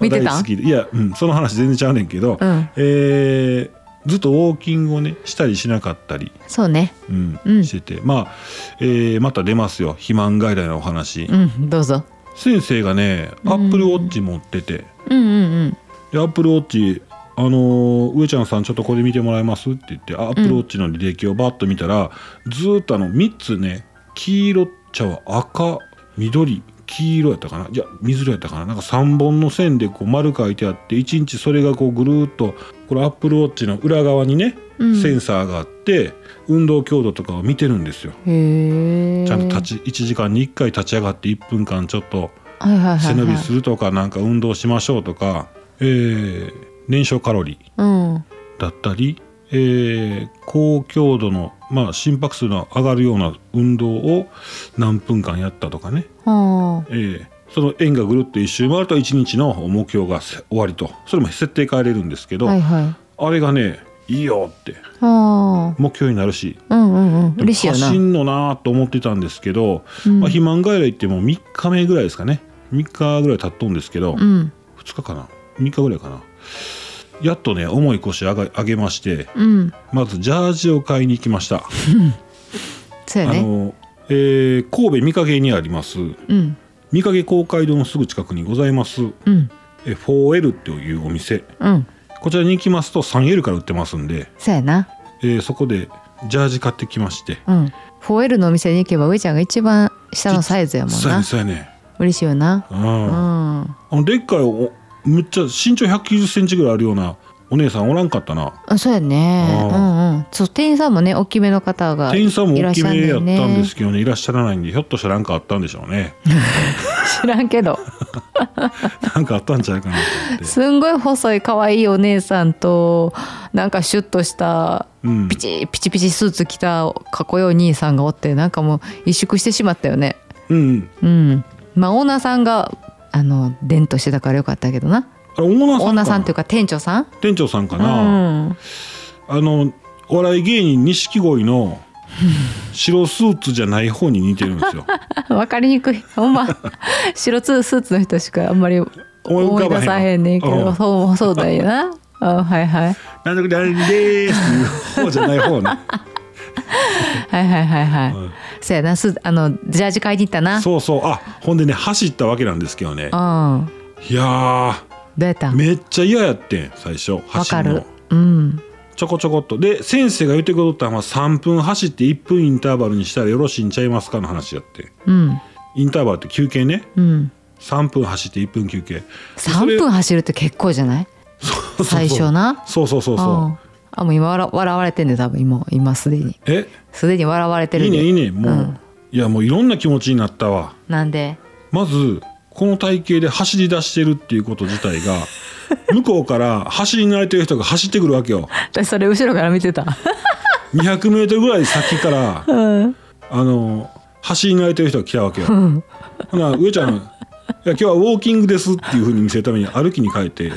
[SPEAKER 3] 見て
[SPEAKER 2] 大
[SPEAKER 3] た
[SPEAKER 2] 好きでいや、うん、その話全然ちゃうねんけど、
[SPEAKER 3] うん
[SPEAKER 2] えーずっとウォーキングをねしたりしなかったり、
[SPEAKER 3] そうね
[SPEAKER 2] うん
[SPEAKER 3] うん
[SPEAKER 2] しててまあ、えーまた出ますよ肥満外来のお話、
[SPEAKER 3] うんどうぞ
[SPEAKER 2] 先生がねアップルウォッチ持ってて、
[SPEAKER 3] うんうんうん
[SPEAKER 2] でアップルウォッチあのー上ちゃんさんちょっとこれ見てもらえます?」って言ってアップルウォッチの履歴をバッと見たら、ずーっとあの3つね黄色茶は赤緑黄色やったかないや水色やったかななんか3本の線でこう丸書いてあって1日それがこうぐるーっとこれアップルウォッチの裏側にね、
[SPEAKER 3] うん
[SPEAKER 2] センサーがあって運動強度とかを見てるんですよ。
[SPEAKER 3] へえ
[SPEAKER 2] ちゃんと立ち1時間に1回立ち上がって1分間ちょっと
[SPEAKER 3] はいはいはいはい、
[SPEAKER 2] 背伸びするとかなんか運動しましょうとか、えー燃焼カロリー
[SPEAKER 3] うん
[SPEAKER 2] だったり、えー高強度の、まあ、心拍数の上がるような運動を何分間やったとかね、
[SPEAKER 3] は
[SPEAKER 2] えーその円がぐるっと一周回ると1日の目標がせ終わりとそれも設定変えれるんですけ
[SPEAKER 3] あ
[SPEAKER 2] ど、
[SPEAKER 3] はいはい
[SPEAKER 2] あれがねいいよって
[SPEAKER 3] は
[SPEAKER 2] 目標になるし。
[SPEAKER 3] あうんうんうん
[SPEAKER 2] でも
[SPEAKER 3] 嬉しいよな
[SPEAKER 2] 走んのなと思ってたんですけど、
[SPEAKER 3] うん
[SPEAKER 2] まあ、肥満外来ってもう3日目ぐらいですかね3日ぐらい経っとんですけど、
[SPEAKER 3] うん
[SPEAKER 2] 2日かな3日ぐらいかなやっとね重い腰上が上げまして
[SPEAKER 3] うん
[SPEAKER 2] まずジャージを買いに行きました、
[SPEAKER 3] そう
[SPEAKER 2] あ
[SPEAKER 3] やね
[SPEAKER 2] の、えー神戸御影にあります
[SPEAKER 3] うん
[SPEAKER 2] 御影公会堂のすぐ近くにございます
[SPEAKER 3] うん
[SPEAKER 2] え 4L というお店
[SPEAKER 3] うん
[SPEAKER 2] こちらに行きますと 3L から売ってますんで、
[SPEAKER 3] そうやな
[SPEAKER 2] えーそこでジャージ買ってきまして
[SPEAKER 3] うん 4L のお店に行けば上ちゃんが一番下のサイズやもん
[SPEAKER 2] そうや
[SPEAKER 3] な
[SPEAKER 2] ねそうやね
[SPEAKER 3] 嬉しいよな
[SPEAKER 2] う
[SPEAKER 3] うんん
[SPEAKER 2] あのでっかいおむっちゃ身長1 9 0ンチぐらいあるようなお姉さんおらんかったな
[SPEAKER 3] あそうやね
[SPEAKER 2] う
[SPEAKER 3] うんんうんそう店員さんもね大きめの方が
[SPEAKER 2] 店員さんも
[SPEAKER 3] いら
[SPEAKER 2] 大
[SPEAKER 3] っ
[SPEAKER 2] き
[SPEAKER 3] しゃ
[SPEAKER 2] めや
[SPEAKER 3] る
[SPEAKER 2] った
[SPEAKER 3] ね
[SPEAKER 2] んですけどねいらっしゃらないんでひょっとしたらなんかあったんでしょう ね
[SPEAKER 3] 知らん けど
[SPEAKER 2] なんかあったんちゃうかなと思って、
[SPEAKER 3] すんごい細い可愛いお姉さんとなんかシュッとした
[SPEAKER 2] うん
[SPEAKER 3] ピ、チピチピチスーツ着たかっこよいお兄さんがおってなんかもう萎縮してしまったよね
[SPEAKER 2] うんうん
[SPEAKER 3] うんまあオーナーさんがあの伝統してたからよかったけどな
[SPEAKER 2] あれオーナーさん
[SPEAKER 3] オーナーさんってい
[SPEAKER 2] か
[SPEAKER 3] うか店長さん
[SPEAKER 2] な店長さんか
[SPEAKER 3] う
[SPEAKER 2] な、
[SPEAKER 3] ん
[SPEAKER 2] あのお笑い芸人錦鯉 の白スーツじゃない方に似てるん ですよ
[SPEAKER 3] わかりにくいほんま白ツスーツの人しかあんまり
[SPEAKER 2] い浮
[SPEAKER 3] 思
[SPEAKER 2] か
[SPEAKER 3] い
[SPEAKER 2] ばへん
[SPEAKER 3] 出さへんねんけど、
[SPEAKER 2] うん
[SPEAKER 3] そうそうだよなあはいはい
[SPEAKER 2] なんとかなんでーすっていう方じゃない方ね、
[SPEAKER 3] はいはいはいはい、
[SPEAKER 2] うん
[SPEAKER 3] そうやなスーあのジャージ買いに行ったな
[SPEAKER 2] そうそうあほんでね走ったわけなんですけどね
[SPEAKER 3] うん
[SPEAKER 2] いや
[SPEAKER 3] どうやった
[SPEAKER 2] ーめっちゃ嫌やってん最初
[SPEAKER 3] わ
[SPEAKER 2] 走
[SPEAKER 3] か
[SPEAKER 2] る
[SPEAKER 3] る
[SPEAKER 2] の
[SPEAKER 3] うん
[SPEAKER 2] ちょこちょこっとで先生が言ってくれとったのは3分走って1分インターバルにしたらよろしいんちゃいますかの話やって
[SPEAKER 3] うん
[SPEAKER 2] インターバルって休憩ね
[SPEAKER 3] うん
[SPEAKER 2] 3分走って1分休憩それ
[SPEAKER 3] 3分走るって結構じゃない
[SPEAKER 2] そうそうそう
[SPEAKER 3] 最初な
[SPEAKER 2] そうそうそう
[SPEAKER 3] う
[SPEAKER 2] そうん
[SPEAKER 3] あもう今笑笑われてんで多分今今すでに
[SPEAKER 2] え
[SPEAKER 3] すでに笑われてる
[SPEAKER 2] いい
[SPEAKER 3] で
[SPEAKER 2] ねいいねもう、
[SPEAKER 3] うん
[SPEAKER 2] いやもういろんな気持ちになったわ
[SPEAKER 3] なんで
[SPEAKER 2] まずこの体型で走り出してるっていうこと自体 が向こうから走り慣れてる人が走ってくるわけよ
[SPEAKER 3] 私それ後ろから見 てた
[SPEAKER 2] 200m ぐらい先から
[SPEAKER 3] うん
[SPEAKER 2] あの走り慣れてる人が来たわけよ
[SPEAKER 3] うん
[SPEAKER 2] ほな上ちゃん「いや今日はウォーキングです」っていうふうに見せるために歩きに変えて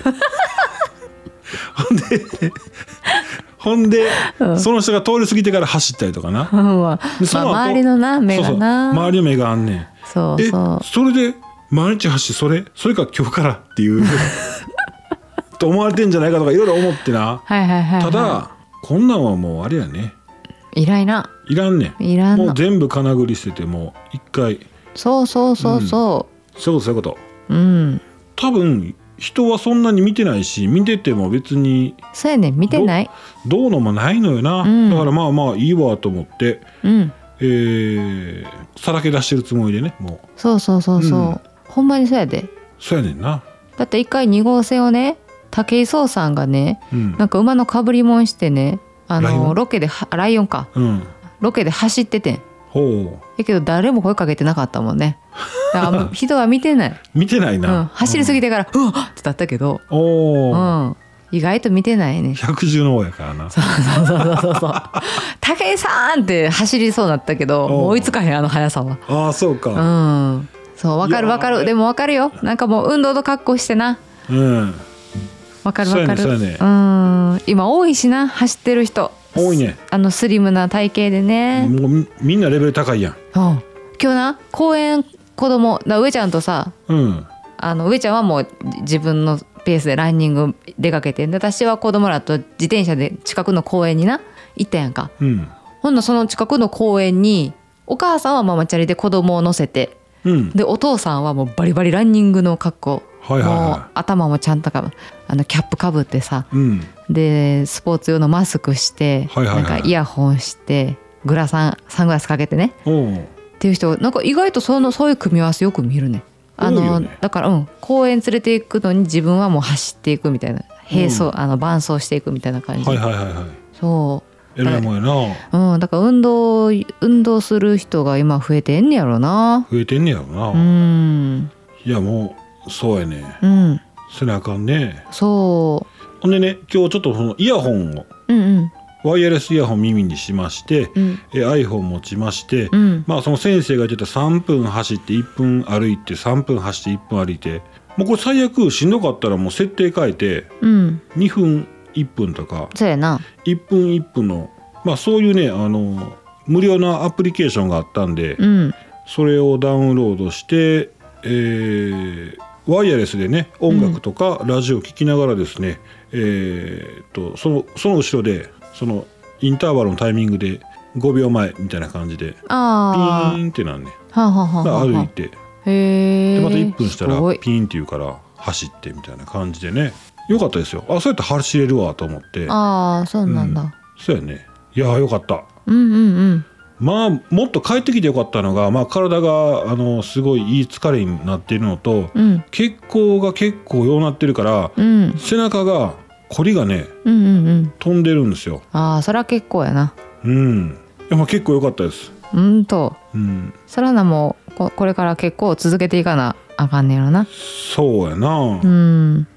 [SPEAKER 2] ほんでほんで、その人が通り過ぎてから走ったりとかな、
[SPEAKER 3] まあ
[SPEAKER 2] でその後
[SPEAKER 3] 周りのな目が
[SPEAKER 2] そうそう周
[SPEAKER 3] な
[SPEAKER 2] りの目があんねん
[SPEAKER 3] そう
[SPEAKER 2] え
[SPEAKER 3] そう
[SPEAKER 2] それで毎日走ってそれそれか今日からって いうと思われてんじゃないかとかいろいろ思ってな
[SPEAKER 3] はいはいはいは
[SPEAKER 2] た
[SPEAKER 3] い
[SPEAKER 2] だこんなんはもうあれやね
[SPEAKER 3] いらいない
[SPEAKER 2] らんね
[SPEAKER 3] い
[SPEAKER 2] ん
[SPEAKER 3] らん
[SPEAKER 2] もう
[SPEAKER 3] の
[SPEAKER 2] 全部金繰り捨ててもう一回
[SPEAKER 3] そうそうそうそ
[SPEAKER 2] そういうことそういうこと
[SPEAKER 3] ううん
[SPEAKER 2] 多分人はそんなに見てないし見てても別に
[SPEAKER 3] そうやね見てない
[SPEAKER 2] どうのもないのよな、
[SPEAKER 3] うん
[SPEAKER 2] だからまあまあいいわと思って、
[SPEAKER 3] うん
[SPEAKER 2] えーさらけ出してるつもりでねもう
[SPEAKER 3] そうそうそうそう、
[SPEAKER 2] うん
[SPEAKER 3] ほんまにそうやで
[SPEAKER 2] そうやねんな
[SPEAKER 3] だって一回2号線をね武井壮さんがね
[SPEAKER 2] うん
[SPEAKER 3] なんか馬のかぶりもんしてねあ
[SPEAKER 2] ライオ
[SPEAKER 3] の
[SPEAKER 2] ン
[SPEAKER 3] ロケではライオンか
[SPEAKER 2] うん
[SPEAKER 3] ロケで走っててん
[SPEAKER 2] ほ
[SPEAKER 3] やけど誰も声かけてなかったもん ねだからあんま人は見てない、
[SPEAKER 2] う見てないな、
[SPEAKER 3] うん、走りすぎてから「うわっ!」ってなったけど、
[SPEAKER 2] おお
[SPEAKER 3] う
[SPEAKER 2] ー、
[SPEAKER 3] ん、意外と見てないね
[SPEAKER 2] 百獣の王やからな
[SPEAKER 3] そうそうそうそう「武井さん!」って走りそうになったけど
[SPEAKER 2] おう
[SPEAKER 3] もう追いつかへんあの速さは
[SPEAKER 2] ああそうか
[SPEAKER 3] うんそうわかる
[SPEAKER 2] いやー
[SPEAKER 3] わかるでもわかるよなんかもう運動の格好してな
[SPEAKER 2] うん、
[SPEAKER 3] わかるわかる
[SPEAKER 2] そうやねそうやね
[SPEAKER 3] うん今多いしな走ってる人
[SPEAKER 2] 多いね
[SPEAKER 3] あのスリムな体型でね、
[SPEAKER 2] もうみみんなレベル高いやん
[SPEAKER 3] うん今日な公園子供だ上ちゃんとさ
[SPEAKER 2] うん
[SPEAKER 3] あの上ちゃんはもうじ自分のペースでランニング出かけてんで私は子供らと自転車で近くの公園にな行ったやんか
[SPEAKER 2] うん
[SPEAKER 3] ほんのその近くの公園にお母さんはママチャリで子供を乗せて
[SPEAKER 2] うん
[SPEAKER 3] でお父さんはもうバリバリランニングの格好、
[SPEAKER 2] はいはいはい
[SPEAKER 3] もう頭もちゃんとかあのキャップかぶってさ
[SPEAKER 2] うん
[SPEAKER 3] でスポーツ用のマスクして、
[SPEAKER 2] はいはいはい
[SPEAKER 3] なんかイヤホンしてグラサンサングラスかけてね
[SPEAKER 2] おう
[SPEAKER 3] っていう人なんか意外とそのそういう組み合わせよく見るねあ
[SPEAKER 2] 多いよ
[SPEAKER 3] の
[SPEAKER 2] ね
[SPEAKER 3] だからうん公園連れていくのに自分はもう走っていくみたいな並走、あの伴走していくみたいな感じ、
[SPEAKER 2] はいはいはいはい
[SPEAKER 3] そ
[SPEAKER 2] えらいもんやな
[SPEAKER 3] ううんだから運動運動する人が今増えてんねやろな
[SPEAKER 2] 増えてんねやろな、
[SPEAKER 3] うん
[SPEAKER 2] いやもうそうやね
[SPEAKER 3] うん
[SPEAKER 2] せなあかんね
[SPEAKER 3] そ
[SPEAKER 2] ほんでね今日ちょっとそのイヤホンを
[SPEAKER 3] ううん
[SPEAKER 2] ワイヤレスイヤホン耳にしまして、
[SPEAKER 3] うんうん
[SPEAKER 2] え iPhone 持ちまして、
[SPEAKER 3] うん
[SPEAKER 2] まあその先生が言ってた3分走って1分歩いて3分走って1分歩いてもうこれ最悪しんどかったらもう設定変えて
[SPEAKER 3] うん
[SPEAKER 2] 2分1分とか
[SPEAKER 3] そうやな
[SPEAKER 2] 1分1分のまあそういうねあの無料のアプリケーションがあったんで、
[SPEAKER 3] うん
[SPEAKER 2] それをダウンロードして、えーワイヤレスでね音楽とかラジオを聴きながらですね、えーっとそのその後ろでそのインターバルのタイミングで5秒前みたいな感じでピ
[SPEAKER 3] あ
[SPEAKER 2] ーンってなんね
[SPEAKER 3] あ。はあはあは
[SPEAKER 2] だ
[SPEAKER 3] あ
[SPEAKER 2] から
[SPEAKER 3] は
[SPEAKER 2] 歩
[SPEAKER 3] あ
[SPEAKER 2] い。て
[SPEAKER 3] へえ。
[SPEAKER 2] でまた1分したら
[SPEAKER 3] すごい
[SPEAKER 2] ピーンって言うから走ってみたいな感じでねよかったですよあそうやって走れるわと思って
[SPEAKER 3] ああ、そうなん
[SPEAKER 2] うん
[SPEAKER 3] だ。
[SPEAKER 2] そうやねいやーよかった
[SPEAKER 3] うんうんうん。
[SPEAKER 2] まあもっと帰ってきてよかったのが、まあ、体があのすごいいい疲れになっているのと、
[SPEAKER 3] うん
[SPEAKER 2] 血行が結構ようなってるから、
[SPEAKER 3] うん
[SPEAKER 2] 背中がこりがね
[SPEAKER 3] うんうんうん。
[SPEAKER 2] 飛んでるんですよ
[SPEAKER 3] ああ、そら結構やな。
[SPEAKER 2] うんいやまあ結構良かったです
[SPEAKER 3] うんと。
[SPEAKER 2] うん
[SPEAKER 3] そらなもここれから結構続けていかなあかんねやろな。
[SPEAKER 2] そうやな、
[SPEAKER 3] うん。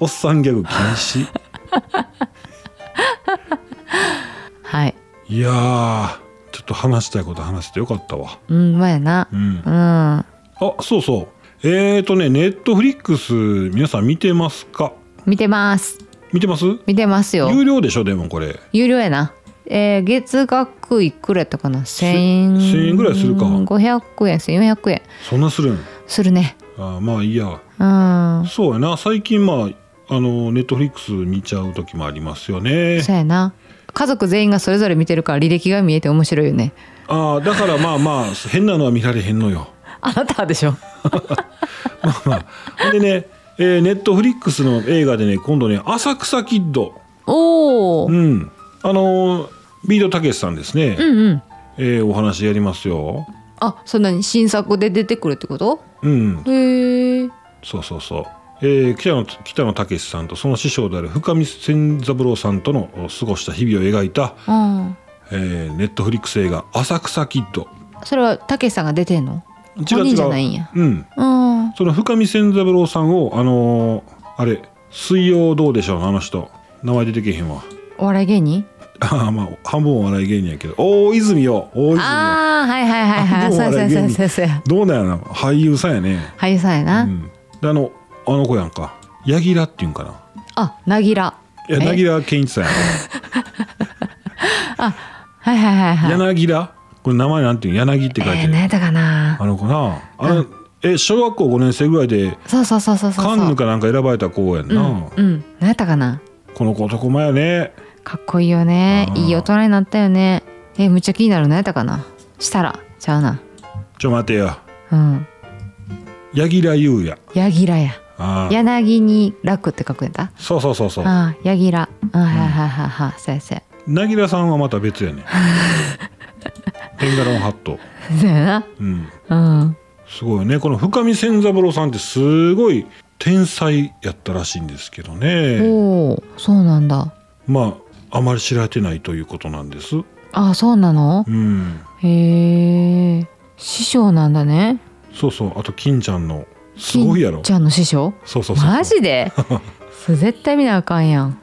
[SPEAKER 2] おっさんギャグ禁止
[SPEAKER 3] はい。
[SPEAKER 2] いやーちょっと話したいこと話してよかったわ
[SPEAKER 3] うん、まやな
[SPEAKER 2] う。ん
[SPEAKER 3] うん。あ
[SPEAKER 2] あそうそうえーとねネットフリックス皆さん見てますか
[SPEAKER 3] 見てます。
[SPEAKER 2] 見てます
[SPEAKER 3] 見てますよ。
[SPEAKER 2] 有料でしょでもこれ
[SPEAKER 3] 有料やな。えー、月額いくらやったかな1000円
[SPEAKER 2] 1000円ぐらいするか
[SPEAKER 3] 500円1400円
[SPEAKER 2] そんなするん
[SPEAKER 3] するね
[SPEAKER 2] あーまあいいや
[SPEAKER 3] うん
[SPEAKER 2] そうやな最近まああのネットフリックス見ちゃう時もありますよね
[SPEAKER 3] そうやな家族全員がそれぞれ見てるから履歴が見えて面白いよね
[SPEAKER 2] ああだからまあまあ変なのは見られへんのよ
[SPEAKER 3] あなたでしょ
[SPEAKER 2] まあまあほんでねえーネットフリックスの映画でね今度ね「浅草キッド
[SPEAKER 3] お」お、
[SPEAKER 2] う
[SPEAKER 3] うん、
[SPEAKER 2] んあのービートたけしさんですね、
[SPEAKER 3] うん
[SPEAKER 2] えーお話やりますよ
[SPEAKER 3] あそんなに新作で出てくるってこと
[SPEAKER 2] うん
[SPEAKER 3] へえ
[SPEAKER 2] そうそうそう、えー北野北野武さんとその師匠である深見千三郎さんとのお過ごした日々を描いた、
[SPEAKER 3] うん
[SPEAKER 2] えーネットフリックス映画「浅草キッド」
[SPEAKER 3] それはたけしさんが出てんの
[SPEAKER 2] 違う
[SPEAKER 3] 本
[SPEAKER 2] 違
[SPEAKER 3] 人じゃ
[SPEAKER 2] う
[SPEAKER 3] ないんや
[SPEAKER 2] うん、
[SPEAKER 3] うん
[SPEAKER 2] その深見千三郎さんをあのーあれ「水曜どうでしょう」のあの人名前出てけへんわ
[SPEAKER 3] お笑い芸人
[SPEAKER 2] ああまあ半分お笑い芸人やけど大泉よ大泉よ
[SPEAKER 3] ああはいはいはいは
[SPEAKER 2] あ
[SPEAKER 3] い
[SPEAKER 2] どうも
[SPEAKER 3] そ
[SPEAKER 2] お
[SPEAKER 3] う
[SPEAKER 2] 笑
[SPEAKER 3] や
[SPEAKER 2] い
[SPEAKER 3] そう
[SPEAKER 2] 芸人
[SPEAKER 3] やそうやそうや
[SPEAKER 2] どうなんやな俳優さんやね
[SPEAKER 3] 俳優さんやな、
[SPEAKER 2] うんであのあの子やんか柳楽っていうんかな
[SPEAKER 3] あなぎら
[SPEAKER 2] いや
[SPEAKER 3] え
[SPEAKER 2] 柳楽健一さんやね
[SPEAKER 3] はいはいはいはい
[SPEAKER 2] 柳田これ名前なんていうの柳って書いて
[SPEAKER 3] えー、
[SPEAKER 2] る、
[SPEAKER 3] 何やったかな
[SPEAKER 2] あの子なあれ、え小学校5年生ぐらいで
[SPEAKER 3] そうそうそうそうそう
[SPEAKER 2] カンヌかなんか選ばれた子やん
[SPEAKER 3] う
[SPEAKER 2] な、
[SPEAKER 3] ん、うん、何やったかな
[SPEAKER 2] この子男前やね
[SPEAKER 3] かっこいいよね
[SPEAKER 2] あー
[SPEAKER 3] いい大人になったよねえむっちゃ気になる何やったかなしたらちゃうな
[SPEAKER 2] ちょ待てよ
[SPEAKER 3] うん
[SPEAKER 2] 柳楽優也
[SPEAKER 3] ヤギラや
[SPEAKER 2] あー
[SPEAKER 3] 柳に楽って書くんだ
[SPEAKER 2] そうそうそうそう
[SPEAKER 3] ああヤギラあはいはいはいはい先生
[SPEAKER 2] 柳楽さんはまた別 やねテンガロンハット
[SPEAKER 3] そうや
[SPEAKER 2] うん
[SPEAKER 3] なうん
[SPEAKER 2] すごいよねこの深見千三郎さんってすごい天才やったらしいんですけどね
[SPEAKER 3] おおそうなんだ
[SPEAKER 2] まああまり知られてないということなんです
[SPEAKER 3] あそうなの
[SPEAKER 2] うん
[SPEAKER 3] へえ師匠なんだね
[SPEAKER 2] そうそうあと金ちゃんのすごいやろ
[SPEAKER 3] 金ちゃんの師匠
[SPEAKER 2] そうそうそうそう
[SPEAKER 3] マ ジでそれ絶対見なあかんやん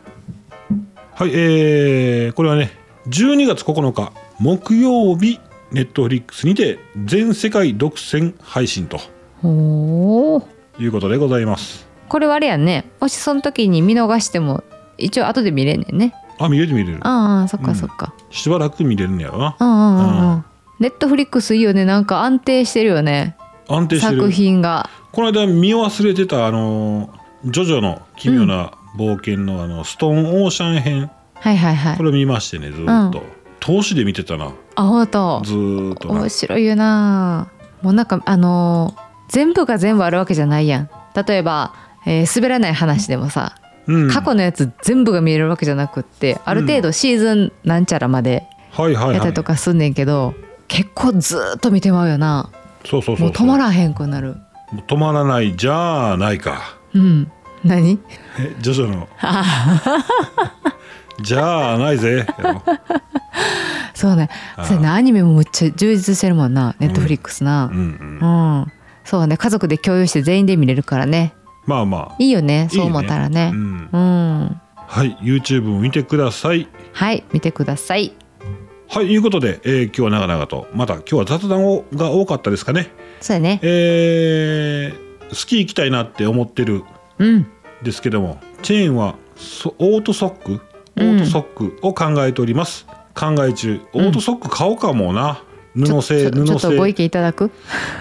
[SPEAKER 2] はいえー、これはね12月9日木曜日ネットフリックスにて全世界独占配信と
[SPEAKER 3] おお
[SPEAKER 2] いうことでございます
[SPEAKER 3] これはあれやんねもしその時に見逃しても一応後で見れんねんね
[SPEAKER 2] あ見れる見れる
[SPEAKER 3] ああそっ
[SPEAKER 2] うん
[SPEAKER 3] かそっか、
[SPEAKER 2] しばらく見れるんやろな
[SPEAKER 3] うん、うんうんう
[SPEAKER 2] うん
[SPEAKER 3] ネットフリックスいいよねなんか安定してるよね
[SPEAKER 2] 安定してる
[SPEAKER 3] 作品が
[SPEAKER 2] この間見忘れてたあのージョジョの奇妙な冒険の,、あのストーンオーシャン編
[SPEAKER 3] はいはいはい
[SPEAKER 2] これ見ましてねずーっと、投資で見てたな
[SPEAKER 3] あほんと
[SPEAKER 2] ずーっとな
[SPEAKER 3] 面白いよなもうなんかあのー全部が全部あるわけじゃないやん例えば、えー滑らない話でもさ、
[SPEAKER 2] うん
[SPEAKER 3] 過去のやつ全部が見えるわけじゃなくってある程度シーズンなんちゃらまで
[SPEAKER 2] はいはいは
[SPEAKER 3] や
[SPEAKER 2] い
[SPEAKER 3] ったりとかすんねんけど、結構ずーっと見てまうよな
[SPEAKER 2] そうそうそう
[SPEAKER 3] もう止ま
[SPEAKER 2] ら
[SPEAKER 3] らへんくなる
[SPEAKER 2] 止まらないじゃあないか
[SPEAKER 3] うん何
[SPEAKER 2] えジョジョのじゃあないぜやろ
[SPEAKER 3] そうね
[SPEAKER 2] あー
[SPEAKER 3] そうやねアニメもむっちゃ充実してるもんなネットフリックスな
[SPEAKER 2] うんうん
[SPEAKER 3] うん、そうね家族で共有して全員で見れるからね
[SPEAKER 2] まあまあ
[SPEAKER 3] いいよねそう思ったらね
[SPEAKER 2] いいうん
[SPEAKER 3] うん
[SPEAKER 2] はい YouTube を見てください
[SPEAKER 3] はい見てください
[SPEAKER 2] はいいうことで、えー今日は長々とまた今日は雑談をが多かったですかね
[SPEAKER 3] そうやね
[SPEAKER 2] えースキー行きたいなって思ってるん
[SPEAKER 3] うん
[SPEAKER 2] ですけどもチェーンはそオートソックオートソックを考えております、考え中オートソック買おうかもな、布製
[SPEAKER 3] ちょちょ
[SPEAKER 2] 布
[SPEAKER 3] っとご
[SPEAKER 2] 製
[SPEAKER 3] 意見いただく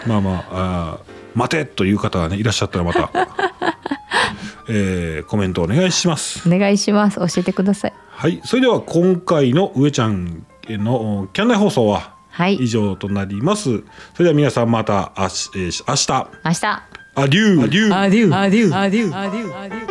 [SPEAKER 2] まあまああー待てという方がねいらっしゃったらま た、えーコメントお願いします
[SPEAKER 3] お願いします教えてください
[SPEAKER 2] はい、それでは今回の上ちゃんへのキャンナイ放送は
[SPEAKER 3] はい
[SPEAKER 2] 以上となります。それでは皆さんまたあし、えー、明日
[SPEAKER 3] 明日
[SPEAKER 2] アデューアデュー
[SPEAKER 3] アデューアデューアデューアデュー